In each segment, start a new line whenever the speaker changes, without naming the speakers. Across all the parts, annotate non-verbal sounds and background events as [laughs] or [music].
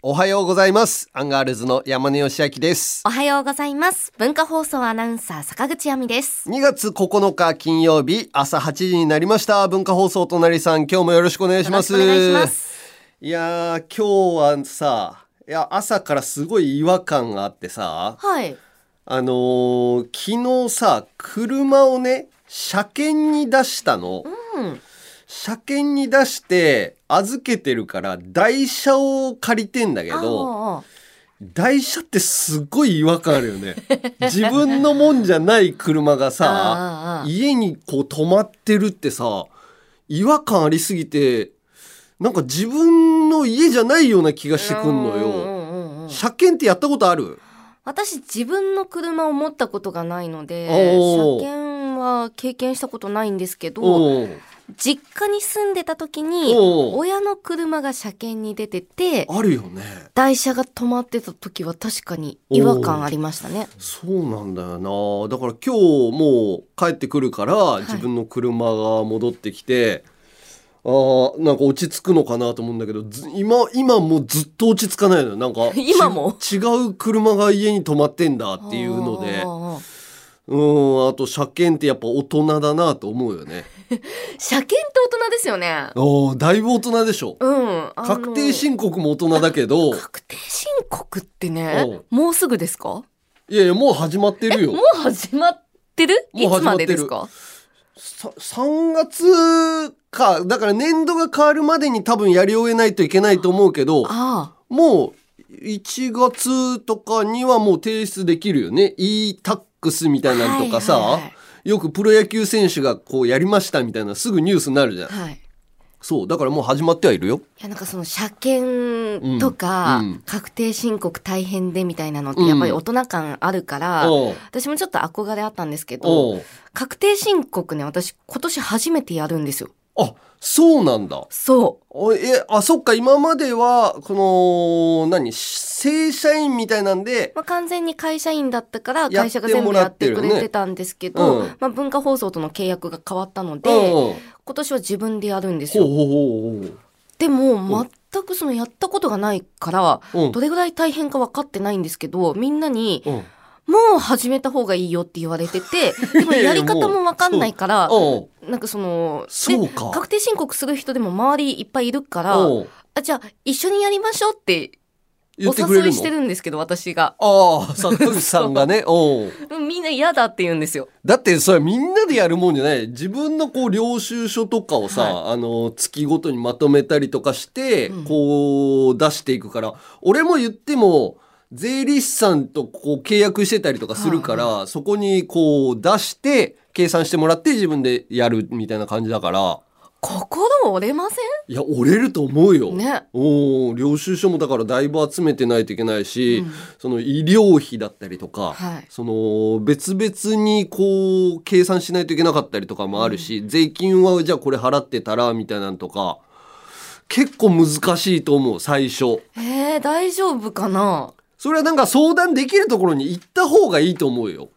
おはようございます。アンガールズの山根義明です。
おはようございます。文化放送アナウンサー坂口亜美です。
2月9日金曜日朝8時になりました。文化放送隣さん、今日もよろしくお願いします。
よろくお願いします。
いやー、今日はさ、いや、朝からすごい違和感があってさ、
はい。
あのー昨日さ、車をね、車検に出したの。
うん。
車検に出して預けてるから台車を借りてんだけ
あ
ど
おうおう
台車ってすっごい違和感あるよ
[laughs]
ね自分のもんじゃない車がさ
ああああ
家にこう止まってるってさ違和感ありすぎてなんか自分の家じゃないような気がしてくんの
う
よ
んうんうんうん
車検ってやったことある
私自分の車を持ったことがないので、
おう
車検は経験したことないんですけど、
おう
実家に住んでた時に、
おう
親の車が車検に出てて、
あるよね
台車が止まってた時は確かに違和感ありましたね。
そうなんだよなだから今日もう帰ってくるから
い
自分の車が戻ってきて、あーなんか落ち着くのかなと思うんだけどず今今もうずっと落ち着かないのよなん
[laughs]
か
今も
ち違う車が家に止まってんだっていうので
おうおうおう
うんあと車検ってやっぱ大人だなと思うよね
車検って大人ですよね。
ああだいぶ大人でしょ
うん。あの
確定申告も大人だけ
[laughs]
ど
確定申告ってね
おう、
もうすぐですか
いやいやもう始まってるよ
もう始まってる
もう
いつ
始まっ
ま
て
で
る
ですか
さ3月かだから年度が変わるまでに多分やり終えないといけないと思うけど
あ
もう1月とかにはもう提出できるよね e-tax みたいなのとかさ、
はいはいは
よくプロ野球選手がこうやりましたみたいなすぐニュースになるじゃん
あ。はい。い
そうだからもう始まってはいるよ
や、なんかその車検とか、
うんうん
確定申告大変でみたいなのってやっぱり大人感あるから、
おう
私もちょっと憧れあったんですけど、
おう
確定申告ね、私今年初めてやるんですよ。
あそうなんだ
そ
おえあそっか今まではこの何正社員みたいなんで
う。まあ、完全に会社員だったから、
やっ
会
て
社が全
も
部
らっ
やってて
るよ
く
ね
れてたんですけど、
うん
まあ、文化放送との契約が変わったので、
うん
今年は自分でやるんです
ほうほう
よ。
ほうほう
でも、全くそのやったことがないから、
うん
どれぐらい大変か分かってないんですけど、みんなに、
うん
もう始めた方がいいよって言われ
[laughs]
てて、でも
いや
や
いや
り方も分かんないから、
おう
なんかその、で
そうか
確定申告する人でも周りいっぱいいるから、
おう
あじゃあ一緒にやりましょうって
言
お
ってくれ
誘
る
いして
の
るんですけど、私が。
ああ坂口さんがねおう
でもみんな嫌だって言うんですよ。
だってそれみんなでやるもんじゃない自分のこう領収書とかをさ、あの月ごとにまとめたりとかして、
うん
こう出していくから俺も言っても税理士さんとこう契約してたりとかするから、そこにこう出して計算してもらって自分でやるみたいな感じだから
心折れませ
いや折れると思うよ。
んね。
おー領収書もだからだいぶ集めてないといけないし、
うん
その医療費だったりとか、
はい
その別々にこう計算しないといけなかったりとかもあるし、税金はじゃあこれ払ってたらみたいなのとか結構難しいと思う最初
えー、大丈夫かな
それはなんか相談できるところに行った方がいいと思うよ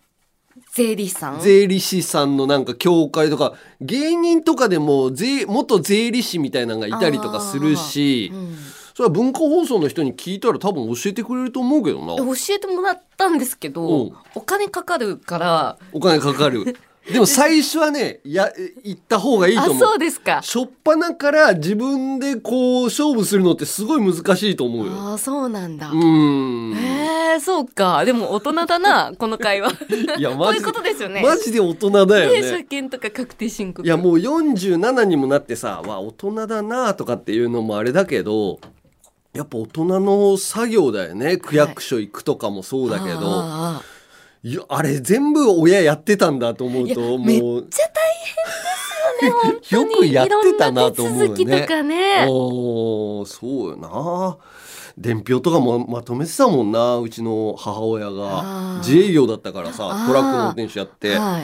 税理士さん
税理士さんのなんか協会とか芸人とかでも税元税理士みたいなのがいたりとかするし、
うん
それは文化放送の人に聞いたら多分教えてくれると思うけどな
教えてもらったんですけ
う
ど
ん
お金かかるから
お金かか
[laughs]
るでも最初はねや行った方がいい
あ
と思
そううですか
初っ端から自分でこう勝負するのってすごい難しいと思うよ
あそうなんだ
うーん
えー、そうかでも大人だなこの会話
[laughs] いや
こ
マ
うい
ジ
うことですよね
マジで大人だ
ね
よ
車
ね
検とか確定申告
いやもう47にもなってさわ大人だなとかっていうのもあれだけどやっぱ大人の作業だよね区役所行くとかもそうだけど、
あ
いやあれ全部親やってたんだと思う
ーあー
と
いや
もう
めっちゃ大変ですよね本当
よ
に
くやってたなと思うね
いろんな手続きとかね
おーそうよな伝票とかもまとめてたもんなうちの母親が
あー
自営業だったから
あ
さ
ー
トラックの運転手やってだ
はい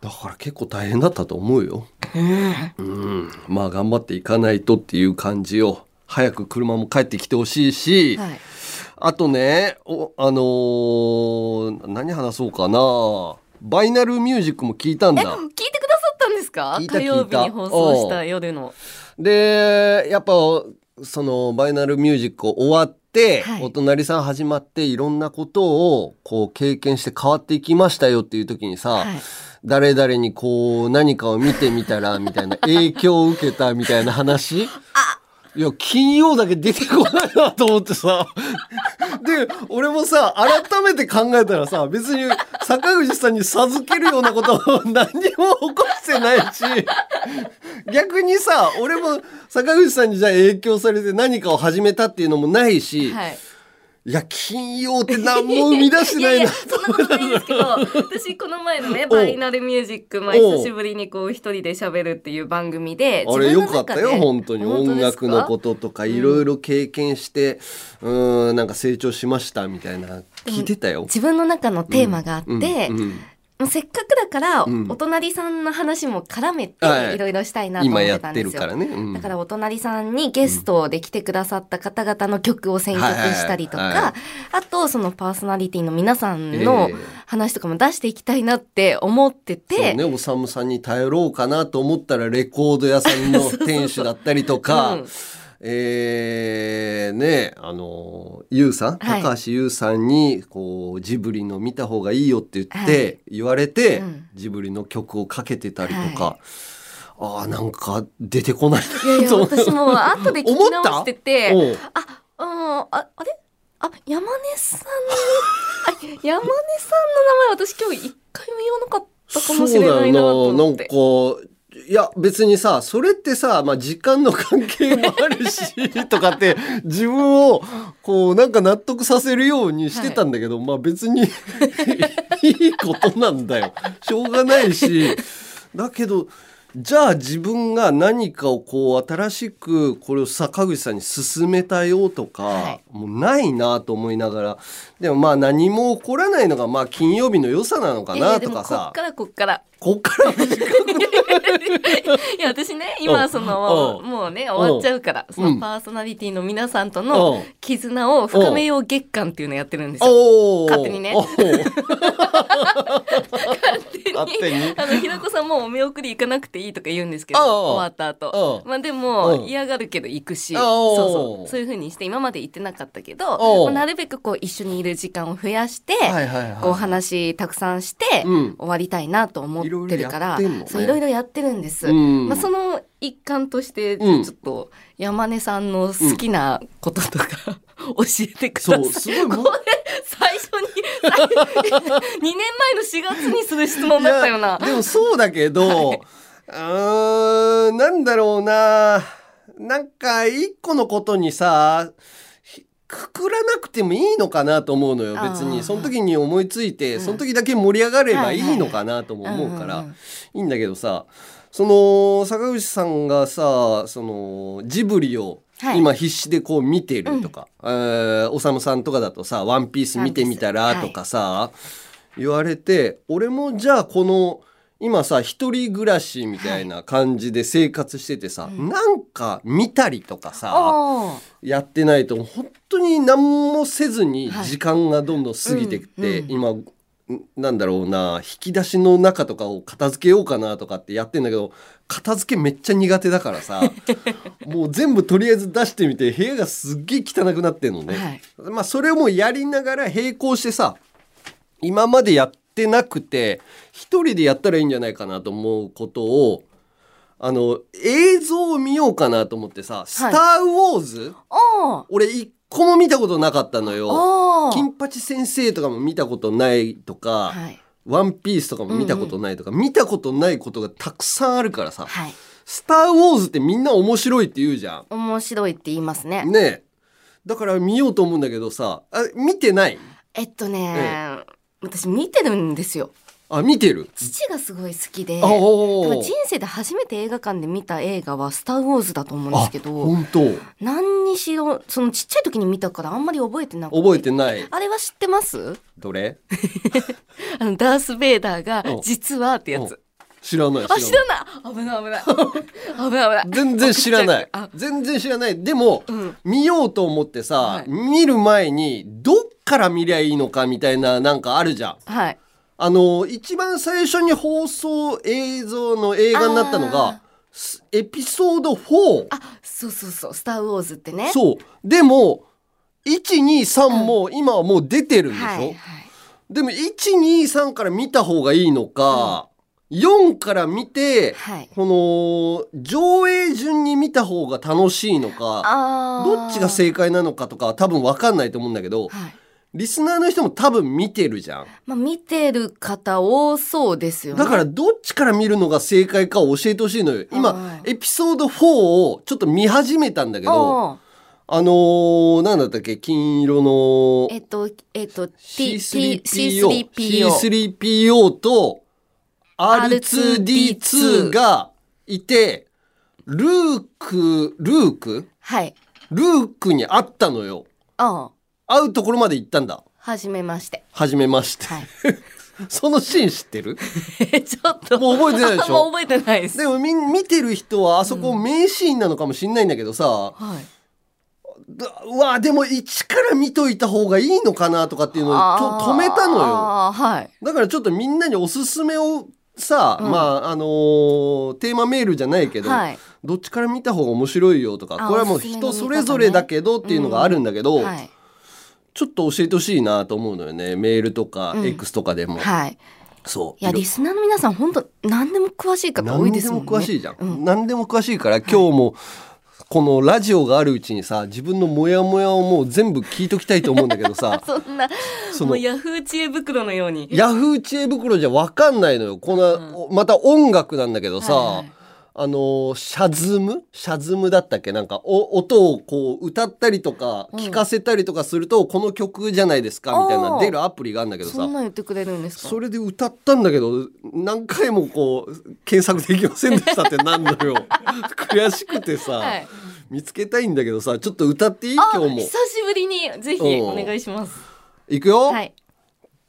から結構大変だったと思うよ
うん
うんまあ頑張っていかないとっていう感じよ早く車も帰ってきてほしいし、
はい
あとねおあのー何話そうかなバイナルミュージックも聞いたん
え聞いてく
だ
ださったんですか
聞いた聞いた
火曜日に放送した夜の
でやっぱそのバイナルミュージック終わっって、
はい
お隣さん始まっていろんなことをこう経験して変わっていきましたよっていう時にさ、
はい
誰々にこう何かを見てみたらみ
[laughs]
たいな影響を受けたみたいな話いや金曜だけ出てこないなと思って
[laughs]
さで俺もさ改めて考えたらさ別に坂口さんに授けるようなこと
[laughs]
を何にも起こしてないし逆にさ俺も坂口さんにじゃあ影響されて何かを始めたっていうのもないし、
はい
い、や金曜って何も生み出してない
や
な
やそんな [laughs] ことないんで
[laughs]
すけど私この前のね「バイナルミュージック」まあ
おう
久しぶりにこう一人で喋るっていう番組
[laughs]
で
あれ
自分
良
の
か
中
った
で
よ本当に音
ですか
楽のこととかいろいろ経験してうーんなんか成長しましたみたいな聞いてたよ。
自分の中のテーマがあって、
うんうん
もうせっかくだから、
うん
お隣さんの話も絡め
はい
ていろいろしたいなと思っ
今や
て
った
ん
て
で
る
すよ。
からね。うん
だからお隣さんにゲストで来てくださった方々の曲を選曲したりと
はいはいはい
か、あとそのパーソナリティの皆さん
え
の
え
話とかも出していきたいなって思って
そ
て、
うね、おさむさんに頼ろうかなと思ったらレコード屋さん [laughs] の店主だったりとか、
うん
えーねあのゆうさん、
はい
高橋優さんにこうジブリの見た方がいいよって言って、
はい
言われて、
うん
ジブリの曲をかけてたりとか、あーなんか出てこない
いやい
[laughs] な
や
と思
私も後で聞き直し
[laughs]
てて、
おう
あ、うん、あ、あれあ、山根さんの、
[laughs]
あ、山根さんの名前私今日一回も言わなかったかもしれないなと
そうだよな
思
ん
って。
かいや別にさそれってさ、まあ、時間の関係もあるしとか
[laughs]
って自分をこうなんか納得させるようにしてたんだけど、まあ別に [laughs] いいことなんだよしょうがないしだけどじゃあ自分が何かをこう新しくこれを坂口さんに勧めたよとか、
はい
もうないなと思いながらでもまあ何も起こらないのがまあ金曜日の良さなのか
いやい
な
やで
と
も
か
こっ
さ。
からこっから
こっから短く
いや私ね今その
うん
もうね終わっちゃうからそのパーソナリティの皆さんとの
うん
絆を深めよう月間っていうのやってるんですよ。
おー
勝手にね
お
[laughs]
ー
勝
勝手に
あのひなこさんもうお見送り行かなくていいとか言うんですけど
ああ
終わった後
ああ
まあで
うん
も嫌がるけど行くし
ああ
そうそうそういう風にして今まで行ってなかったけど
ああ
まあなるべくこう一緒にいる時間を増やして
はいはいはい
こう話たくさんして
うん
終わりたいなと思ってるから
いろいろやってんのね
そういろいろやってるんです。
うん
まあ、その一環としてち
うん
ょっと山根さんの好きなこととか、 [laughs] 教えてくださ
そ
い。
うすごいもう
これ最初に最2年前の4月にする質問だったよない
や。でもそうだけど、うーんなんだろうななんか一個のことにさひくくらなくてもいいのかなと思うのよ
あー
別にその時に思いついて、
うん
その時だけ盛り上がれば
はいいはいはい
いのかなとも思うから、
んんん
いいんだけどさその坂口さんがさそのジブリを
はい
今必死でこう見てるとか、えーおさむさんとかだとさ「ワンピース見てみた
ワ
ら
ンピース
とかさ、言われて俺もじゃあこの今さ一人暮らしみたいな感じで生活しててさ、
うん
なんか見たりとかさ、
おー
やってないと本当に何もせずに
はい
時間がどんどん過ぎてきて、
うんうん
今んなんだろうな引き出しの中とかを片付けようかなとかってやってんだけど片付けめっちゃ苦手だからさ
[laughs]
もう全部とりあえず出してみて部屋がすっげえ汚くなってんのね。
はい
まあ、それもやりながら並行してさ今までやってなくて一人でやったらいいんじゃないかなと思うことをあの映像を見ようかなと思ってさ「スター・ウォーズ」
おー
俺一個も見たことなかったのよ。
おー
金八先生とかも見たことないとか、
はい
ワンピースとかも見たことないとか、見たことないことがたくさんあるからさ、
はい
スターウォーズってみんな面白いって言うじゃん。
面白いって言いますね。
ねえだから見ようと思うんだけどさあ見てない
えっとね、私見てるんですよ。
あ見てる、
父がすごい好きで。
あ
多分
お
人生で初めて映画館で見た映画は「スター・ウォーズ」だと思うんです
あ
けど
本当
何にしろそのちっちゃい時に見たからあんまり覚えてなくて
覚えてない
あれは知ってます
どれ
あのダース・ベイダーが
うん
「実は」ってやつ
知らない
あ知らない危ない危ない危ない危ない
全然知らない
あ
全然知らないでも、
うん
見ようと思ってさ、
はい
見る前にどっから見りゃいいのかみたいななんかあるじゃん
はい
あの一番最初に放送映像の映画になったの
あー
がすエピソード4
あそうそうそう「スター・ウォーズ」ってね
そうでも123も今はもう出てるんでしょ、
はいはい
でも123から見た方がいいのか、4から見て、
はい
この上映順に見た方が楽しいのか
あー
どっちが正解なのかとかは多分分かんないと思うんだけど
はい
リスナーの人も多分見てるじゃん
まあ、見てる方多そうですよね
だからどっちから見るのが正解かを教えてほしいのよ今
うん
エピソード4をちょっと見始めたんだけど
おー
あのー、なんだったっけ金色の
えっとえっと T- T-
C3PO
C3PO
C3PO と R2D2 がいてルークルーク
はい
ルークに会ったのよ
ああ
会うところまで行ったんだ
はじめまして
初めまして、
はい
[laughs] そのシーン知ってる [laughs]
えちょっと
もう覚えてないでし
[laughs] もう
ょ
覚えてないです
でもみん見てる人はあそこ名シーンなのかもしんないんだけどさ、
はい
だうわでも一から見といた方がいいのかなとかっていうのをと
あー
止めたのよ
あーはい
だからちょっとみんなにおすすめをさ、
うん
まああのーテーマメールじゃないけど、
はい
どっちから見た方が面白いよとか
あ
これはもう
おすすめの見
人
方
それぞれだけどっていうのがあるんだけど、
はい
ちょっと教えてほしいなと思うのよねメールとか
うん
X とかでも、
はい
そう
いやリスナーの皆さん本当何でも詳しい方多い
何
で
です
もん
も
ね
詳しいじゃん、
うん
何でも詳しいから今日もこのラジオがあるうちにさ自分のモヤモヤをもう全部聞いときたいと思うんだけど
[laughs]
さ
そんな
そ
も
の
うヤフー知恵袋のように
ヤフー知恵袋じゃ分かんないのよこ
うん
の、おまた音楽なんだけどさ、
はいはい
あのーシャズムシャズムだったっけなんかお音をこう歌ったりとか
うん
聞かせたりとかすると、この曲じゃないですかみたい
あ
な
ー
出るアプリがあるんだけど
そ
さ
んなん言ってくれるんですか
それで歌ったんだけど何回もこう検索できませんでしたってなんのよ
[laughs]
悔しくてさ、
はい
見つけたいんだけどさちょっと歌っていい
あ
今日も
久しぶりにぜひ
うん
お願いします
いくよ、
はい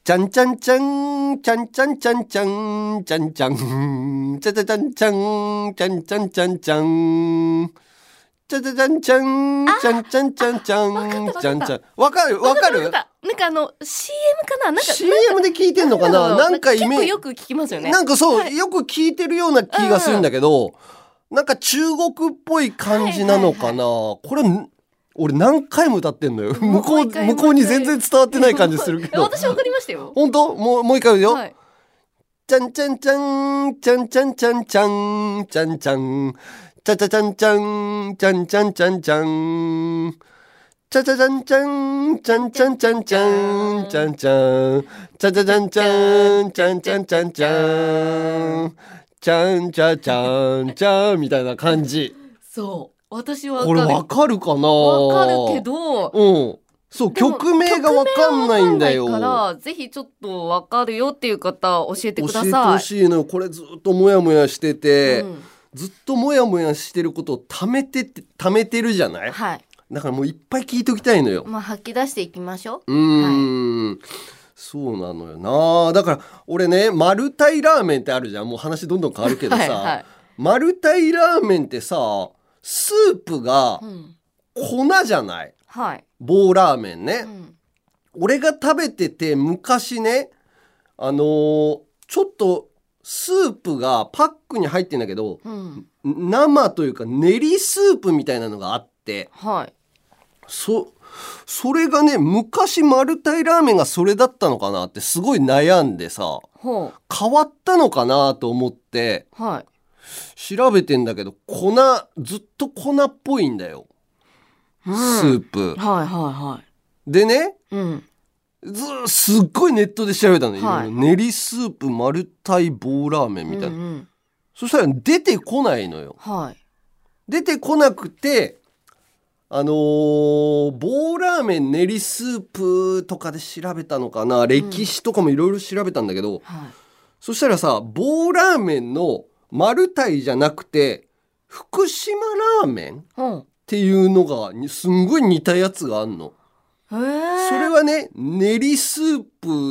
ちゃんちゃんちゃん、ちゃんちゃんちゃんちゃん、ちゃんちゃん、ちゃちゃちゃんちゃん、ちゃんちゃんちゃんちゃん、ちゃちゃちゃんちゃん、ちゃんちゃんちゃんちゃん、ちゃんちゃん。わかるわか
なん
る
かなんかあの CM かななんか
?CM で聞いてんのかななんかイ
結
メ
構
ー
よく聞きますよね
なんかそう、よく聞いてるような気がするんだけど、なんか中国っぽい感じなのかなこれ、俺何回も歌ってんのよ。向こう、向こうに全然伝わってない感じするけ [laughs]
え
ど。
[laughs] 私わかりましたよ
本当もう、もう一回よ。
はい
ちゃんちゃんちゃん、ちゃんちゃんちゃんちゃん、ちゃんちゃん、ちゃちゃちゃんちゃん、ちゃんちゃんちゃんちゃん、ちゃちゃちゃんちゃん、ちゃんちゃんちゃんちゃん、ちゃんちゃん、ちゃちゃちゃんちゃん、ちゃんちゃんちゃんちゃん、ちゃんちゃちゃんちゃんみたいな感じ。
そう私は
これわかるかな
わかるけ。ど
うん。そう、
でも
曲名がわかんないんだよ。
曲名がわかんないからぜひちょっとわかるよっていう方教えて
教
くだ
え
さ
て
い
ほしいのよ。これずっともやもやしてて。
うん
ずっとモヤモヤしてることを溜めてって溜めてるじゃない
はい
だからもういっぱい聞いときたいのよ
まあ吐き出していきましょう
うーん、そうなのよなだから俺ねマルタイラーメンってあるじゃんもう話どんどん変わるけどさ、
はいはい
マルタイラーメンってさスープが
うん
粉じゃない
はい
棒ラーメンね、
うん
俺が食べてて昔ねあのーちょっとスープがパックに入ってんだけど
うん
生というか練りスープみたいなのがあって
はい
そそれがね昔マルタイラーメンがそれだったのかなってすごい悩んでさ
ほ
変わったのかなと思って
うはい
調べてんだけど粉ずっと粉っぽいんだよ、
うん
スープ
はいはいは
でね
いうん
ずすっごいネットで調べたの、よ
はい
練りスープマルタイ棒ラーメンみたいな、
うんうん
そしたら出てこないのよ
はい
出てこなくてあのー棒ラーメン練りスープとかで調べたのかな歴史とかもいろいろ調べたんだけど、
はい
そしたらさ棒ラーメンの丸太じゃなくて福島ラーメンっ
うん
ていうのがにすんごい似たやつがあんの。
へ
そ
え
れはね練りスー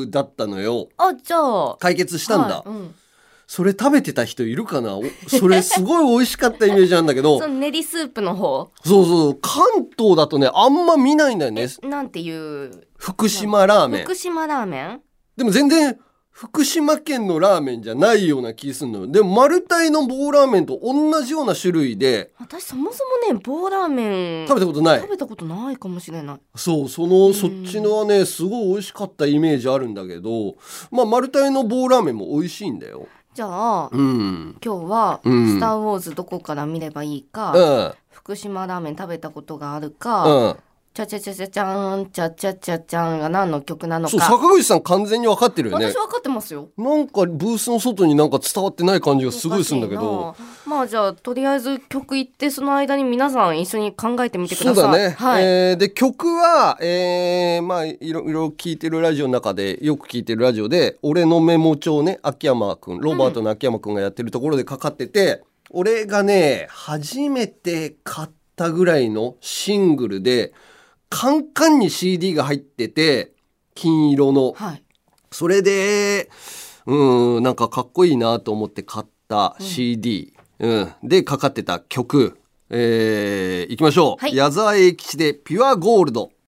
プだったのよ。
あじゃあ
解決したんだ、
はいうん
それ食べてた人いるかなおそれすごい美味しかったイメージなんだけど
[laughs] その練りスープの方
そうそう関東だとねあんま見ないんだよね
なんていう
福島ラーメン
福島ラーメン
でも全然福島県のラーメンじゃないような気すんのよでも丸太の棒ラーメンと同じような種類で
私そもそもね棒ラーメン
食べたことない
食べたことないかもしれない
そうその、
ん
そっちのはねすごい美味しかったイメージあるんだけどまあ丸太の棒ラーメンも美味しいんだよ
じゃあ
うん
今日は「
うん
スター・ウォーズ」どこから見ればいいか、
うん
福島ラーメン食べたことがある
う
か、
ん、
チャチャチャチャチャーンチャチャチャチャーンが何の曲なの
そう
か、
坂口さん完全に分かってるよね
私分かってますよ
なんかブースの外になんか伝わってない感じがすごいするんだけ
お
ど
かしいなまあじゃあとりあえず曲行ってその間に皆さん一緒に考えてみてく
そ
だ
う
さい
だね、
はい、
えーで曲は、えーまあいろいろ聞いてるラジオの中でよく聞いてるラジオで俺のメモ帳ね秋山くんロバートの秋山くんがやってるところでかかってて、俺がね初めて買ったぐらいのシングルでカンカンに CD が入ってて金色の
はい
それで、うん、なんかかっこいいなと思って買った CD、うん、でかかってた曲、えー、いきましょう。
はい
矢沢永吉でピュアゴールド。